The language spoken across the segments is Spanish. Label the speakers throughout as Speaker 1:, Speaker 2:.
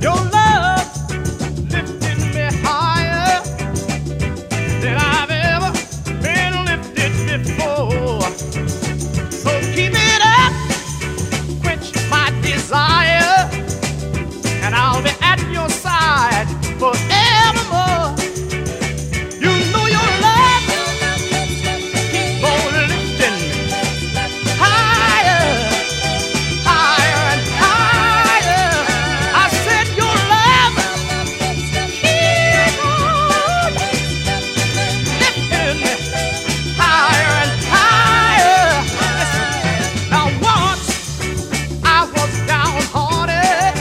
Speaker 1: Your love's lifting me higher than I've ever been lifted before. So keep it up, quench my desire, and I'll be at your side forevermore. You know your love keep on lifting higher, higher and higher. I said your love keep on lifting higher and higher. Listen, Now once I was downhearted,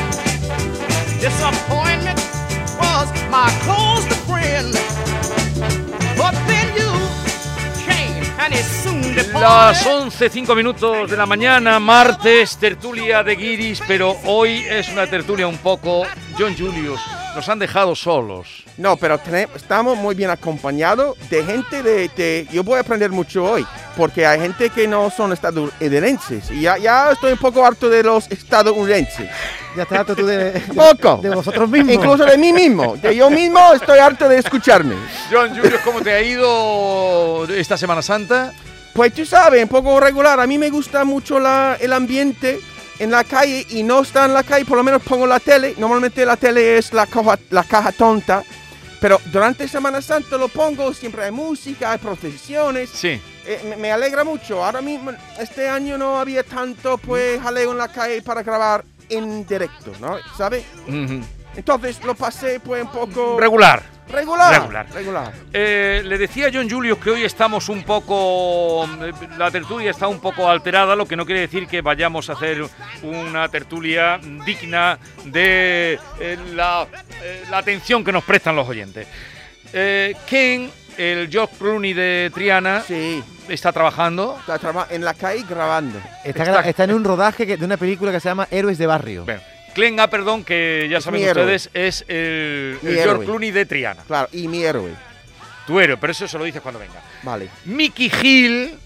Speaker 1: disappointment was my closest friend. But then you came and it soon
Speaker 2: Las
Speaker 1: departed.
Speaker 2: 11, 5 minutos de la mañana, martes, tertulia de guiris, pero hoy es una tertulia un poco John Julius. Nos han dejado solos.
Speaker 3: No, pero tene- estamos muy bien acompañados de gente de, de- Yo voy a aprender mucho hoy, porque hay gente que no son estadounidenses. Y ya, ya estoy un poco harto de los estadounidenses.
Speaker 4: Ya te harto tú de, de-
Speaker 3: Poco.
Speaker 4: de vosotros mismos.
Speaker 3: Incluso de mí mismo. De yo mismo estoy harto de escucharme.
Speaker 2: John Julius, ¿cómo te ha ido esta Semana Santa?
Speaker 3: Pues tú sabes, un poco regular. A mí me gusta mucho la- el ambiente en la calle y no está en la calle, por lo menos pongo la tele. Normalmente la tele es la caja, la caja tonta. Pero durante Semana Santa lo pongo, siempre hay música, hay procesiones.
Speaker 2: Sí.
Speaker 3: Eh, me, me alegra mucho. Ahora mismo, este año no había tanto pues jaleo en la calle para grabar en directo, ¿no? ¿Sabes? Entonces lo pasé pues un poco
Speaker 2: Regular.
Speaker 3: regular.
Speaker 2: regular.
Speaker 3: regular.
Speaker 2: Eh, le decía a John Julius que hoy estamos un poco. eh, La tertulia está un poco alterada, lo que no quiere decir que vayamos a hacer una tertulia digna de eh, la, eh, la atención que nos prestan los oyentes. Eh, Ken, el George Clooney de Triana,
Speaker 3: Sí,
Speaker 2: está trabajando.
Speaker 3: está traba- en la calle grabando.
Speaker 4: Está,
Speaker 2: Está-
Speaker 4: está en un rodaje que- de una película que se llama Héroes de Barrio.
Speaker 2: Bueno, Glenn A. perdón, que ya saben
Speaker 3: mi héroe.
Speaker 2: ustedes, es el,
Speaker 3: Mi
Speaker 2: el George
Speaker 3: héroe.
Speaker 2: Clooney de Triana.
Speaker 3: Claro, y mi héroe.
Speaker 2: Tu héroe, pero eso se lo dices cuando venga.
Speaker 3: Vale.
Speaker 2: Mickey Hill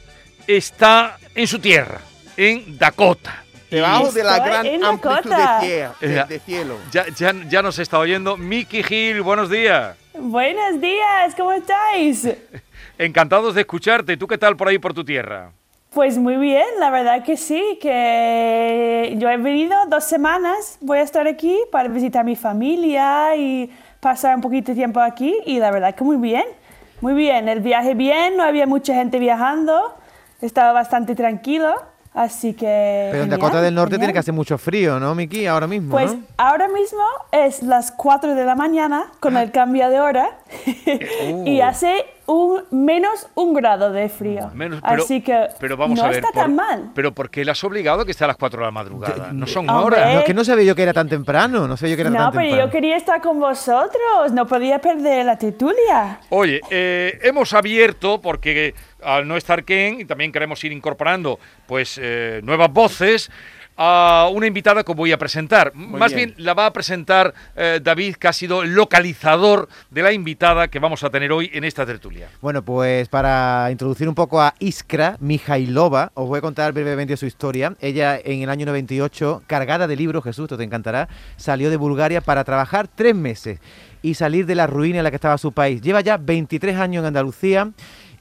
Speaker 2: está en su tierra, en Dakota.
Speaker 3: Debajo de la
Speaker 5: Estoy
Speaker 3: gran
Speaker 5: en
Speaker 3: amplitud
Speaker 5: Dakota.
Speaker 3: de, cier- de-
Speaker 2: Ya.
Speaker 3: de cielo.
Speaker 2: Ya, ya, ya nos está oyendo. Mickey Hill, buenos días.
Speaker 5: Buenos días, ¿cómo estáis?
Speaker 2: Encantados de escucharte. ¿Tú qué tal por ahí por tu tierra?
Speaker 5: Pues muy bien, la verdad que sí, que yo he venido dos semanas, voy a estar aquí para visitar a mi familia y pasar un poquito de tiempo aquí y la verdad que muy bien, muy bien, el viaje bien, no había mucha gente viajando, estaba bastante tranquilo, así que...
Speaker 4: Pero en
Speaker 5: genial,
Speaker 4: Dakota del Norte tiene
Speaker 5: genial.
Speaker 4: que hacer mucho frío, ¿no, Miki? Ahora mismo,
Speaker 5: Pues
Speaker 4: ¿no?
Speaker 5: ahora mismo es las 4 de la mañana con el cambio de hora y hace un, menos un grado de frío.
Speaker 2: Mm, Menos-
Speaker 5: Así que
Speaker 2: pero vamos
Speaker 5: no
Speaker 2: a ver.
Speaker 5: está
Speaker 2: por-
Speaker 5: tan mal.
Speaker 2: Pero ¿por qué le has obligado a que esté a las 4 de la madrugada? No son
Speaker 5: Hombre.
Speaker 2: horas.
Speaker 4: No, es que no sabía yo que era tan temprano. No sabía yo que era
Speaker 5: No,
Speaker 4: tan
Speaker 5: pero
Speaker 4: temprano.
Speaker 5: yo quería estar con vosotros, no podía perder la tertulia.
Speaker 2: Oye, eh, hemos abierto, porque al no estar Ken, y también queremos ir incorporando pues eh, nuevas voces, a una invitada que os voy a presentar. Más bien.
Speaker 3: bien.
Speaker 2: la va a presentar eh, David, que ha sido el localizador de la invitada que vamos a tener hoy en esta tertulia.
Speaker 4: Bueno, pues para introducir un poco a Iskra Mijailova, os voy a contar brevemente su historia. Ella en el año 98, cargada de libros, Jesús, esto te encantará, salió de Bulgaria para trabajar tres meses y salir de la ruina en la que estaba su país. Lleva ya 23 años en Andalucía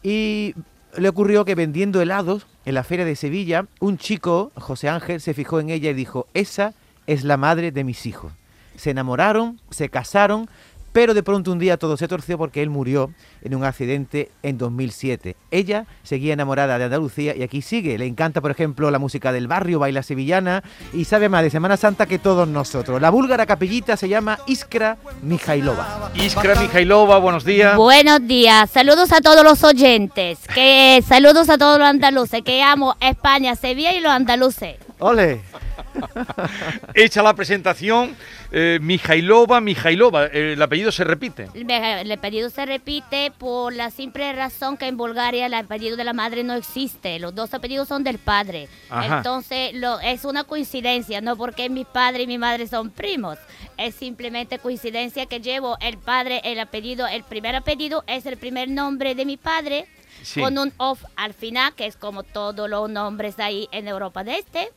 Speaker 4: y le ocurrió que vendiendo helados en la feria de Sevilla, un chico, José Ángel, se fijó en ella y dijo, esa es la madre de mis hijos. Se enamoraron, se casaron, pero de pronto un día todo se torció porque él murió en un accidente en 2007. Ella seguía enamorada de Andalucía y aquí sigue. Le encanta, por ejemplo, la música del barrio, baila sevillana y sabe más de Semana Santa que todos nosotros. La búlgara capellita se llama Iskra Mijailova.
Speaker 2: Iskra Mijailova, buenos días.
Speaker 6: Buenos días, saludos a todos los oyentes, que saludos a todos los andaluces, que amo España, Sevilla y los andaluces.
Speaker 4: ¡Ole!
Speaker 2: Hecha la presentación, eh, Mijailova, Mijailova, eh, el apellido se repite.
Speaker 6: El, ve- el apellido se repite por la simple razón que en Bulgaria el apellido de la madre no existe, los dos apellidos son del padre.
Speaker 2: Ajá.
Speaker 6: Entonces lo, es una coincidencia, no porque mi padre y mi madre son primos, es simplemente coincidencia que llevo el padre, el apellido, el primer apellido es el primer nombre de mi padre.
Speaker 2: Sí.
Speaker 6: con un off al final, que es como todos los nombres ahí en Europa de Este.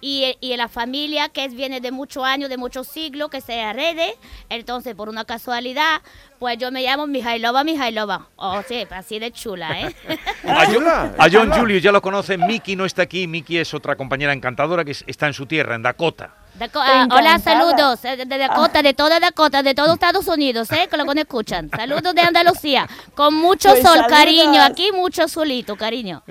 Speaker 6: Y, y la familia que es, viene de muchos años, de muchos siglos, que se arrede. Entonces, por una casualidad, pues yo me llamo Mijailova Mijailova. Oh, sí, así de chula, ¿eh?
Speaker 2: A, Jo-
Speaker 3: Ah, Hola,
Speaker 2: a John
Speaker 3: hola.
Speaker 2: Julius ya lo conocen, Miki no está aquí, Miki es otra compañera encantadora que es- está en su tierra, en Dakota.
Speaker 6: Daco- ah, hola,
Speaker 5: Encantada.
Speaker 6: saludos eh, de de
Speaker 5: Ah.
Speaker 6: Dakota, de toda Dakota, de todos Estados Unidos, ¿eh? Que lo que nos escuchan. Saludos de Andalucía. Con mucho
Speaker 5: Pues
Speaker 6: sol,
Speaker 5: saludos.
Speaker 6: cariño. Aquí mucho solito, cariño.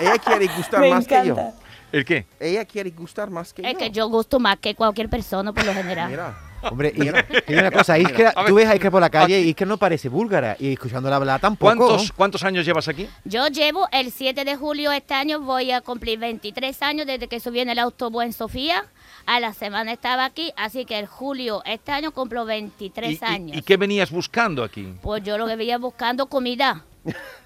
Speaker 3: Ella quiere gustar
Speaker 5: Me
Speaker 3: más que
Speaker 5: encanta.
Speaker 3: yo.
Speaker 2: ¿El qué?
Speaker 3: Ella quiere gustar más que
Speaker 6: Es
Speaker 3: yo.
Speaker 6: que yo gusto más que cualquier persona por lo general.
Speaker 3: Mira.
Speaker 4: Hombre, y, y una cosa, Iskra,
Speaker 2: A ver,
Speaker 4: tú ves a Iskra por la calle
Speaker 2: aquí-
Speaker 4: y Iskra no parece búlgara y escuchándola hablar tampoco.
Speaker 2: ¿Cuántos, ¿Cuántos años llevas aquí?
Speaker 6: Yo llevo el 7 de julio este año, voy a cumplir 23 años desde que subí en el autobús en Sofía. A la semana estaba aquí, así que el julio este año cumplo
Speaker 2: ¿Y,
Speaker 6: 23
Speaker 2: y-
Speaker 6: años.
Speaker 2: ¿Y qué venías buscando aquí?
Speaker 6: Pues yo lo que veía buscando comida.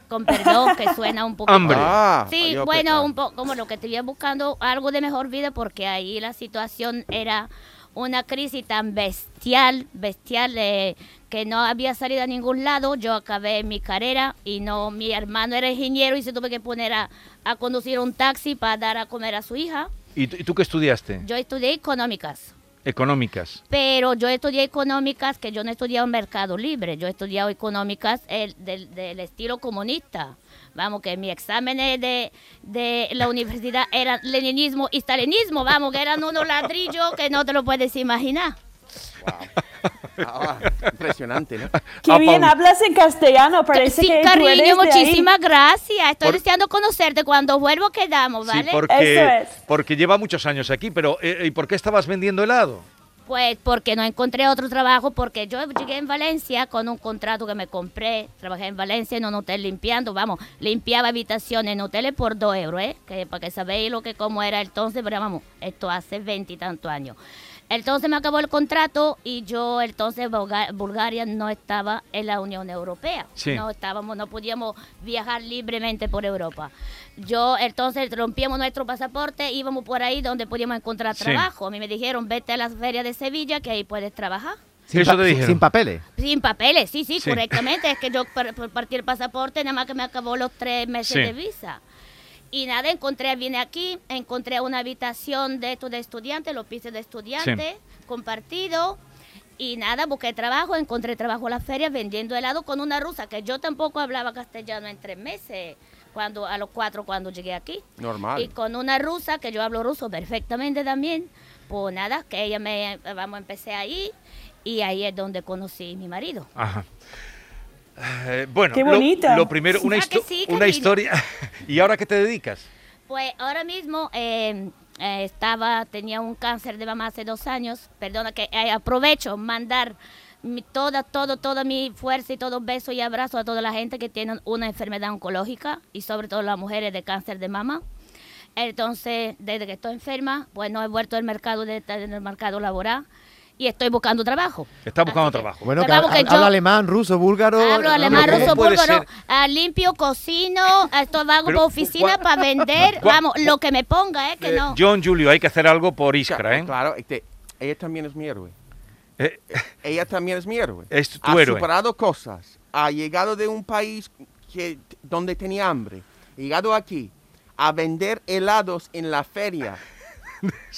Speaker 6: Con perdón, que suena un poco.
Speaker 2: Hambre.
Speaker 3: Ah,
Speaker 6: Sí,
Speaker 3: yo
Speaker 6: bueno,
Speaker 3: pensaba.
Speaker 6: un poco como lo que estuviera buscando algo de mejor vida, porque ahí la situación era una crisis tan bestial, bestial, eh, que no había salido a ningún lado. Yo acabé mi carrera y no, mi hermano era ingeniero y se tuve que poner a, a conducir un taxi para dar a comer a su hija.
Speaker 2: ¿Y tú, y tú qué estudiaste?
Speaker 6: Yo estudié económicas.
Speaker 2: Económicas.
Speaker 6: Pero yo estudié económicas, que yo no he estudiado mercado libre, yo he estudiado económicas eh, del, del estilo comunista. Vamos, que mis exámenes de, de la universidad eran leninismo y stalinismo, vamos, que eran unos ladrillos que no te lo puedes imaginar.
Speaker 3: Ah, impresionante, ¿no?
Speaker 5: Qué
Speaker 2: Ah,
Speaker 5: bien
Speaker 2: Paul.
Speaker 5: hablas en castellano, parece
Speaker 6: Sí,
Speaker 5: que tú eres de
Speaker 6: cariño,
Speaker 5: ahí.
Speaker 6: muchísimas gracias. Estoy
Speaker 2: Por-
Speaker 6: deseando conocerte. Cuando vuelvo quedamos, ¿vale?
Speaker 2: Sí, porque,
Speaker 5: Eso es.
Speaker 2: porque lleva muchos años aquí, pero eh, ¿y por qué estabas vendiendo helado?
Speaker 6: Pues porque no encontré otro trabajo, porque yo llegué en Valencia con un contrato que me compré. Trabajé en Valencia en un hotel limpiando, vamos, limpiaba habitaciones en hoteles por dos euros, ¿eh? Que, para que sabéis lo que cómo era entonces, pero vamos, esto hace veintitantos años. Entonces me acabó el contrato y yo entonces Bulga- Bulgaria no estaba en la Unión Europea.
Speaker 2: Sí.
Speaker 6: No estábamos, no podíamos viajar libremente por Europa. Yo entonces rompíamos nuestro pasaporte, íbamos por ahí donde podíamos encontrar
Speaker 2: Sí.
Speaker 6: trabajo. A mí me dijeron, vete a las ferias de Sevilla, que ahí puedes trabajar.
Speaker 4: Sin
Speaker 2: Eso
Speaker 4: pa-
Speaker 2: te
Speaker 4: sin-
Speaker 2: dijeron.
Speaker 4: Sin papeles.
Speaker 6: Sin papeles, sí, sí,
Speaker 2: Sí.
Speaker 6: correctamente. Es que yo par- por partir el pasaporte, nada más que me acabó los tres meses
Speaker 2: Sí.
Speaker 6: de visa. Y nada, encontré, vine aquí, encontré una habitación de estos de estudiantes, los pisos de estudiantes, compartido. Y nada, busqué trabajo, encontré trabajo en las ferias vendiendo helado con una rusa, que yo tampoco hablaba castellano en tres meses, cuando a los cuatro cuando llegué aquí.
Speaker 3: Normal.
Speaker 6: Y con una rusa, que yo hablo ruso perfectamente también, pues nada, que ella me, vamos, empecé ahí y ahí es donde conocí a mi marido.
Speaker 2: Ajá. Eh, bueno,
Speaker 5: Qué
Speaker 2: lo-
Speaker 5: bonito.
Speaker 2: Lo, primero, una,
Speaker 6: Ah, que
Speaker 2: histo-
Speaker 6: sí,
Speaker 2: una
Speaker 6: cariño.
Speaker 2: historia. ¿Y ahora qué te dedicas?
Speaker 6: Pues ahora mismo eh, eh, estaba, tenía un cáncer de mamá hace dos años, perdona que eh, aprovecho mandar mi- toda, todo, toda mi fuerza y todo beso y abrazo a toda la gente que tiene una enfermedad oncológica y sobre todo las mujeres de cáncer de mamá. Entonces, desde que estoy enferma, pues no he vuelto al mercado de, del mercado laboral y estoy buscando trabajo.
Speaker 2: Estás buscando
Speaker 6: Así Ah, que-
Speaker 2: trabajo.
Speaker 4: Bueno, que
Speaker 6: Trabajo
Speaker 4: hab-
Speaker 6: que
Speaker 4: habla
Speaker 6: yo-
Speaker 4: alemán, ruso, búlgaro.
Speaker 6: Hablo alemán,
Speaker 2: pero
Speaker 6: ruso,
Speaker 2: ¿cómo puede
Speaker 6: búlgaro,
Speaker 2: ser?
Speaker 6: ah, limpio, cocino, ah, esto vago
Speaker 2: Pero,
Speaker 6: para oficina,
Speaker 2: ¿cuál-
Speaker 6: para vender,
Speaker 2: cuál-
Speaker 6: vamos, lo que me ponga, eh, que
Speaker 2: Eh,
Speaker 6: no.
Speaker 2: John Julio, hay que hacer algo por Iskra, ¿eh?
Speaker 3: Claro, este, ella también es mi héroe.
Speaker 2: Eh,
Speaker 3: Ella también es mi héroe.
Speaker 2: Es tu
Speaker 3: ha
Speaker 2: héroe.
Speaker 3: superado cosas. Ha llegado de un país que, donde tenía hambre. Ha llegado aquí a vender helados en la feria.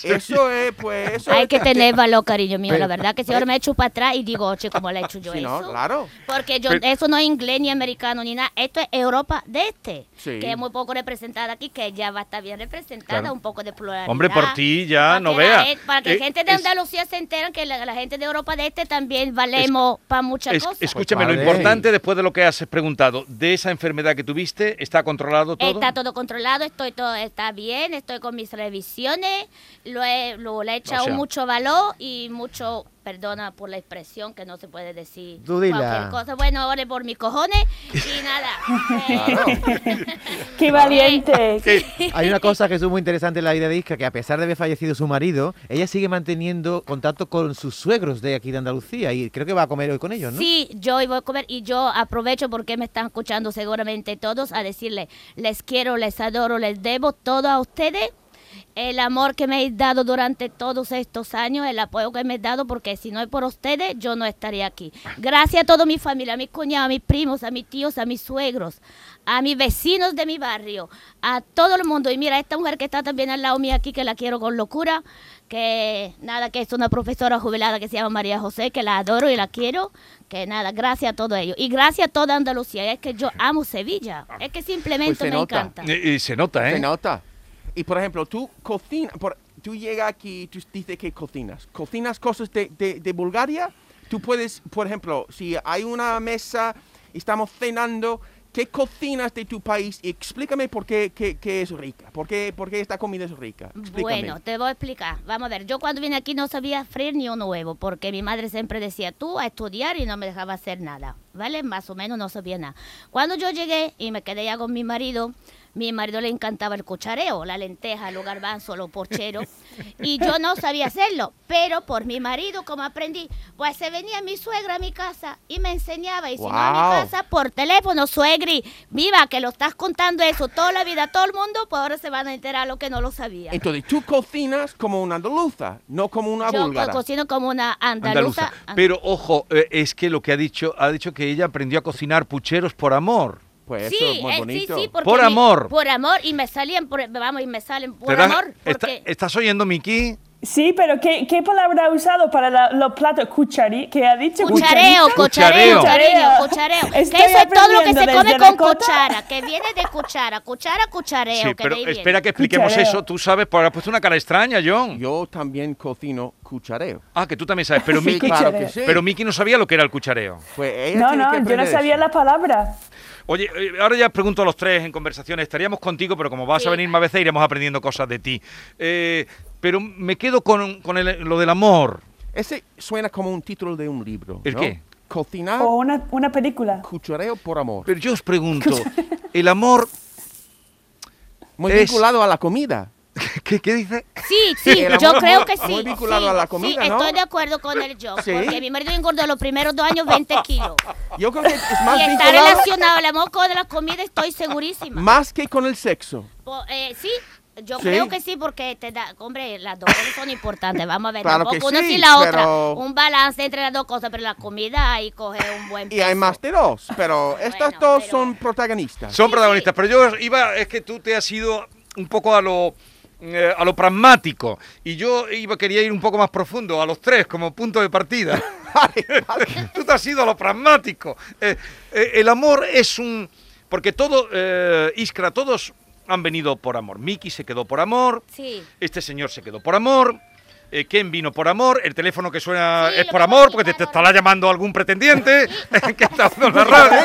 Speaker 3: eso es, pues, eso
Speaker 6: Hay
Speaker 3: es-
Speaker 6: que tener valor, cariño mío, la verdad que si ahora
Speaker 3: pero-
Speaker 6: me echo para atrás y digo, oye, ¿cómo le he hecho yo
Speaker 3: Sí,
Speaker 6: eso?
Speaker 3: no, claro.
Speaker 6: Porque yo,
Speaker 2: Pero-
Speaker 6: eso no es inglés ni americano ni nada, esto es Europa de este,
Speaker 3: Sí.
Speaker 6: que es muy poco representada aquí, que ya va a estar bien representada,
Speaker 2: Claro.
Speaker 6: un poco de pluralidad.
Speaker 2: Hombre, por ti ya,
Speaker 6: para
Speaker 2: no
Speaker 6: que la
Speaker 2: vea.
Speaker 6: gen- para que
Speaker 2: Eh,
Speaker 6: gente de
Speaker 2: es-
Speaker 6: Andalucía se enteren que la, la gente de Europa de este también valemos para muchas
Speaker 2: Es-
Speaker 6: cosas.
Speaker 2: escúchame,
Speaker 4: Pues
Speaker 2: lo
Speaker 4: vale.
Speaker 2: importante después de lo que has preguntado, de esa enfermedad que tuviste, ¿está controlado todo?
Speaker 6: Está todo controlado, estoy todo está bien, estoy con mis revisiones, lo he, lo le he echado
Speaker 2: sea-
Speaker 6: mucho valor y mucho, perdona por la expresión que no se puede decir
Speaker 4: Tú dila.
Speaker 6: cualquier cosa. Bueno, ahora por mis cojones y nada. eh,
Speaker 5: Qué valiente.
Speaker 4: Hay una cosa que es muy interesante en la vida de Isca, que a pesar de haber fallecido su marido, ella sigue manteniendo contacto con sus suegros de aquí de Andalucía y creo que va a comer hoy con ellos, ¿no?
Speaker 6: Sí, yo voy a comer y yo aprovecho porque me están escuchando seguramente todos a decirle, les quiero, les adoro, les debo todo a ustedes el amor que me he dado durante todos estos años, el apoyo que me he dado, porque si no es por ustedes, yo no estaría aquí. Gracias a toda mi familia, a mis cuñados, a mis primos, a mis tíos, a mis suegros, a mis vecinos de mi barrio, a todo el mundo. Y mira, esta mujer que está también al lado mía aquí, que la quiero con locura, que nada, que es una profesora jubilada que se llama María José, que la adoro y la quiero, que nada, gracias a todo ello. Y gracias a toda Andalucía, es que yo amo Sevilla, es que simplemente
Speaker 3: Pues se
Speaker 6: me
Speaker 3: nota.
Speaker 6: encanta.
Speaker 2: Y, y se nota,
Speaker 3: Se
Speaker 2: ¿eh?
Speaker 3: nota. Y por ejemplo, tú cocinas, por- tú llegas aquí y tú dices que cocinas. ¿Cocinas cosas de, de- de Bulgaria? Tú puedes, por ejemplo, si hay una mesa y estamos cenando, ¿qué cocinas de tu país? Y explícame por qué, qué- qué es rica, por qué, por qué esta comida es rica. Explícame.
Speaker 6: Bueno, te voy a explicar. Vamos a ver, yo cuando vine aquí no sabía freír ni un huevo, porque mi madre siempre decía, tú a estudiar y no me dejaba hacer nada, ¿vale? Más o menos no sabía nada. Cuando yo llegué y me quedé ya con mi marido, mi marido le encantaba el cuchareo, la lenteja, los garbanzos, los porcheros, y yo no sabía hacerlo, pero por mi marido, como aprendí, pues se venía mi suegra a mi casa y me enseñaba, y si no a mi
Speaker 3: Guau.
Speaker 6: casa, por teléfono, suegri, viva, que lo estás contando eso toda la vida, a todo el mundo, pues ahora se van a enterar lo que no lo sabía.
Speaker 3: Entonces, tú cocinas como una andaluza, no como una
Speaker 6: Yo
Speaker 3: búlgara.
Speaker 6: cocino como una andaluza.
Speaker 2: Andaluza. Pero ojo, eh, es que lo que ha dicho, ha dicho que ella aprendió a cocinar pucheros por amor.
Speaker 3: Pues
Speaker 6: sí,
Speaker 3: eso es muy
Speaker 6: eh, sí,
Speaker 3: bonito.
Speaker 6: sí, porque
Speaker 2: Por
Speaker 6: mi-
Speaker 2: amor.
Speaker 6: por amor y me salían, por, vamos, y me salen por
Speaker 2: ¿Te das-
Speaker 6: amor.
Speaker 2: está-
Speaker 6: Porque
Speaker 2: ¿Estás oyendo, Miki?
Speaker 5: Sí, pero ¿qué, qué palabra ha usado para la- los platos? ¿Cucharí? ¿Qué ha dicho?
Speaker 6: cuchareo,
Speaker 5: ¿Cucharita?
Speaker 6: cuchareo,
Speaker 2: Cuchareo.
Speaker 6: cariño, cuchareo. Que eso
Speaker 5: Estoy
Speaker 6: es todo lo que
Speaker 5: aprendiendo
Speaker 6: se come
Speaker 5: desde
Speaker 6: con
Speaker 5: Dakota.
Speaker 6: cuchara, que viene de cuchara, cuchara,
Speaker 2: Sí,
Speaker 6: cuchareo. que
Speaker 2: pero
Speaker 6: de ahí viene.
Speaker 2: espera que expliquemos
Speaker 5: Cuchareo.
Speaker 2: eso. Tú sabes, pero has puesto una cara extraña, John.
Speaker 3: eh. Yo también cocino cuchareo.
Speaker 2: Ah, que tú también sabes. Pero
Speaker 3: Sí,
Speaker 2: Miki
Speaker 3: claro que sí.
Speaker 2: pero Miki no sabía lo que era el cuchareo.
Speaker 3: Pues ella
Speaker 5: No,
Speaker 3: tiene que
Speaker 5: no, yo no
Speaker 3: aprender
Speaker 5: sabía
Speaker 3: eso.
Speaker 5: la palabra.
Speaker 2: Oye, eh, ahora ya pregunto a los tres en conversaciones. Estaríamos contigo, pero como vas
Speaker 6: Sí.
Speaker 2: a venir más veces, iremos aprendiendo cosas de ti. Eh, pero me quedo con, con el- lo del amor.
Speaker 3: Ese suena como un título de un libro.
Speaker 2: ¿El
Speaker 3: ¿no?
Speaker 2: qué?
Speaker 3: Cocinar
Speaker 6: Oh.
Speaker 5: O una, una película.
Speaker 3: cuchareo por amor.
Speaker 2: Pero yo os pregunto, ¿el amor
Speaker 3: Muy
Speaker 2: es-
Speaker 3: vinculado a la comida.
Speaker 2: qué, qué dice?
Speaker 6: Sí, sí,
Speaker 3: El
Speaker 6: yo
Speaker 3: amor
Speaker 6: creo
Speaker 3: muy-
Speaker 6: que sí.
Speaker 3: muy vinculado
Speaker 6: sí,
Speaker 3: a la
Speaker 6: sí,
Speaker 3: comida, ¿no?
Speaker 6: estoy de acuerdo con el John,
Speaker 3: Sí.
Speaker 6: porque mi marido engordó los primeros dos años 20 kilos.
Speaker 3: Yo creo que es más
Speaker 6: Y está
Speaker 3: vinculado
Speaker 6: relacionado el amor con la comida, estoy segurísima.
Speaker 3: más que con el sexo.
Speaker 6: Po- eh, sí, yo
Speaker 3: Sí.
Speaker 6: creo que sí, porque te da, hombre, las dos cosas son importantes. Vamos a ver,
Speaker 3: Claro
Speaker 6: tampoco
Speaker 3: que
Speaker 6: una
Speaker 3: sí,
Speaker 6: sin la
Speaker 3: pero-
Speaker 6: otra. Un balance entre las dos cosas, pero la comida ahí coge un buen
Speaker 3: Y hay
Speaker 6: peso.
Speaker 3: más de dos, pero estas
Speaker 6: Bueno,
Speaker 3: dos
Speaker 6: pero-
Speaker 3: son protagonistas.
Speaker 2: Son protagonistas, pero yo iba, es que tú te has ido un poco a lo eh, a lo pragmático y yo iba quería ir un poco más profundo a los tres como punto de partida. tú te has ido a lo pragmático. Eh, eh, el amor es un porque todo eh, Iskra todos han venido por amor. Miki se quedó por amor.
Speaker 6: Sí.
Speaker 2: Este señor se quedó por amor. eh, Ken vino por amor, el teléfono que suena
Speaker 6: Sí,
Speaker 2: es
Speaker 6: lo
Speaker 2: por
Speaker 6: que
Speaker 2: amor,
Speaker 6: pasa
Speaker 2: porque
Speaker 6: es
Speaker 2: te,
Speaker 6: que
Speaker 2: te
Speaker 6: claro.
Speaker 2: estará llamando algún pretendiente que está haciendo la radio.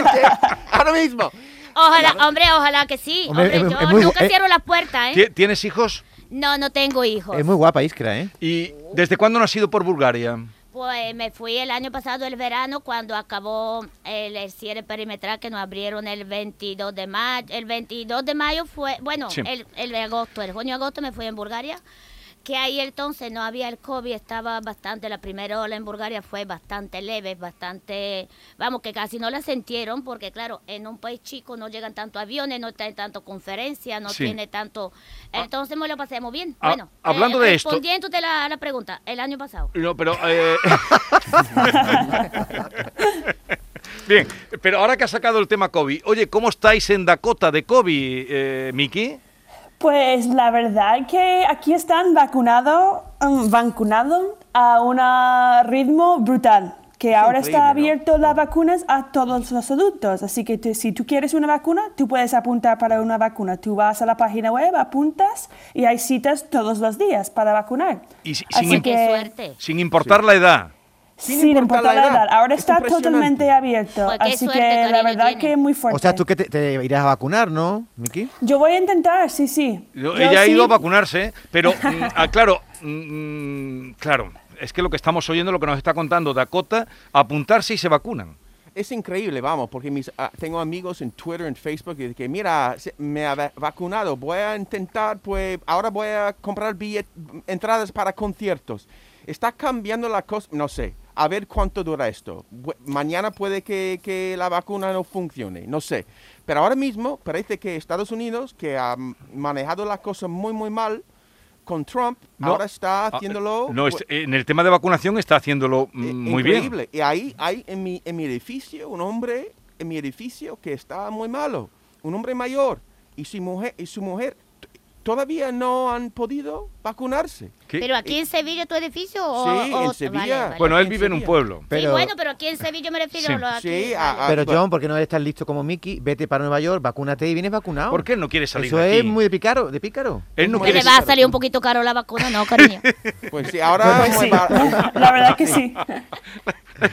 Speaker 3: Ahora mismo.
Speaker 6: Ojalá, hombre, ojalá que sí.
Speaker 4: Hombre,
Speaker 6: Hombre,
Speaker 4: es-
Speaker 6: yo
Speaker 4: es muy-
Speaker 6: nunca
Speaker 4: eh,
Speaker 6: cierro la puerta, ¿eh?
Speaker 2: Ti- ¿Tienes hijos?
Speaker 6: No, no tengo hijos.
Speaker 4: Es muy guapa Iskra, ¿eh?
Speaker 2: ¿Y desde cuándo no has ido por Bulgaria?
Speaker 6: Pues me fui el año pasado, el verano, cuando acabó el, el cierre perimetral que nos abrieron el 22 de mayo. El 22 de mayo fue, bueno,
Speaker 2: Sí.
Speaker 6: el, el de agosto, el junio-agosto me fui en Bulgaria, que ahí entonces no había el COVID, estaba bastante, la primera ola en Bulgaria fue bastante leve, bastante, vamos, que casi no la sintieron, porque claro, en un país chico no llegan tanto aviones, no tienen tanto conferencias, no
Speaker 2: Sí.
Speaker 6: tiene tanto... Entonces me lo pasé muy bien.
Speaker 2: Ah,
Speaker 6: bueno, eh,
Speaker 2: hablando de esto-
Speaker 6: Respondiéndote la- a la pregunta, el año pasado.
Speaker 2: No, pero... eh, Bien, pero ahora que has sacado el tema COVID, oye, ¿cómo estáis en Dakota de COVID, eh, Miki?
Speaker 5: Pues la verdad que aquí están vacunados vacunado a un ritmo brutal, que ahora está
Speaker 3: increíble, ¿no?
Speaker 5: abierto las vacunas a todos los adultos. Así que tú- si tú quieres una vacuna, tú puedes apuntar para una vacuna. Tú vas a la página web, apuntas y hay citas todos los días para vacunar.
Speaker 2: Y si-
Speaker 5: Así
Speaker 2: sin-
Speaker 5: que,
Speaker 6: Qué suerte.
Speaker 2: Sin importar la edad.
Speaker 5: sin, importar la edad, ahora
Speaker 3: Es
Speaker 5: está
Speaker 3: impresionante.
Speaker 5: totalmente abierto.
Speaker 6: Pues qué
Speaker 5: Así
Speaker 6: suerte,
Speaker 5: que la
Speaker 6: cariño,
Speaker 5: verdad
Speaker 6: tiene.
Speaker 5: que es muy fuerte.
Speaker 4: O sea, tú que te, te irás a vacunar, ¿no, Miki?
Speaker 5: Yo voy a intentar, sí, sí.
Speaker 2: Yo-
Speaker 5: Yo
Speaker 2: Ella ha
Speaker 5: sí-
Speaker 2: ido a vacunarse, pero mm, ah, claro, mm, claro, es que lo que estamos oyendo, lo que nos está contando Dakota, apuntarse y se vacunan.
Speaker 3: Es increíble, vamos, porque mis, ah, tengo amigos en Twitter, en Facebook, y de que mira, se- me ha va- vacunado, voy a intentar, pues ahora voy a comprar billet- entradas para conciertos. Está cambiando la cosa, no sé, a ver cuánto dura esto. Bu- Mañana puede que, que la vacuna no funcione, no sé. Pero ahora mismo parece que Estados Unidos, que ha manejado la cosa muy, muy mal, con Trump,
Speaker 2: No.
Speaker 3: ahora está
Speaker 2: Ah,
Speaker 3: haciéndolo pues,
Speaker 2: No, es- en el tema de vacunación está haciéndolo mm,
Speaker 3: eh,
Speaker 2: muy bien.
Speaker 3: increíble. Y ahí hay en mi, en mi edificio un hombre en mi edificio que está muy malo, un hombre mayor y su mujer y su mujer t- todavía no han podido vacunarse.
Speaker 2: ¿Qué?
Speaker 6: Pero aquí en Sevilla, tu edificio. O,
Speaker 3: Sí,
Speaker 6: o-
Speaker 3: en
Speaker 6: vale,
Speaker 3: Sevilla.
Speaker 6: vale.
Speaker 2: bueno, él
Speaker 3: en
Speaker 2: vive en un
Speaker 3: Sevilla.
Speaker 2: pueblo.
Speaker 6: Sí,
Speaker 4: Pero-
Speaker 6: bueno, pero aquí en Sevilla me refiero.
Speaker 2: Sí.
Speaker 6: lo aquí,
Speaker 3: Sí,
Speaker 6: vale.
Speaker 3: a- a-
Speaker 2: Ah,
Speaker 4: Pero
Speaker 3: bueno.
Speaker 4: John, porque no eres tan listo como Mickey, vete para Nueva York, vacúnate y vienes vacunado.
Speaker 2: ¿Por qué él no quiere salir
Speaker 4: Eso
Speaker 2: de aquí?
Speaker 4: es muy de pícaro, de pícaro.
Speaker 2: Él no
Speaker 3: Muy-
Speaker 6: Que
Speaker 2: quiere
Speaker 6: le va a salir un poquito caro la vacuna, no, cariño.
Speaker 3: Pues sí, ahora
Speaker 5: Pues
Speaker 3: muy
Speaker 5: sí,
Speaker 3: bar-
Speaker 5: la verdad que sí.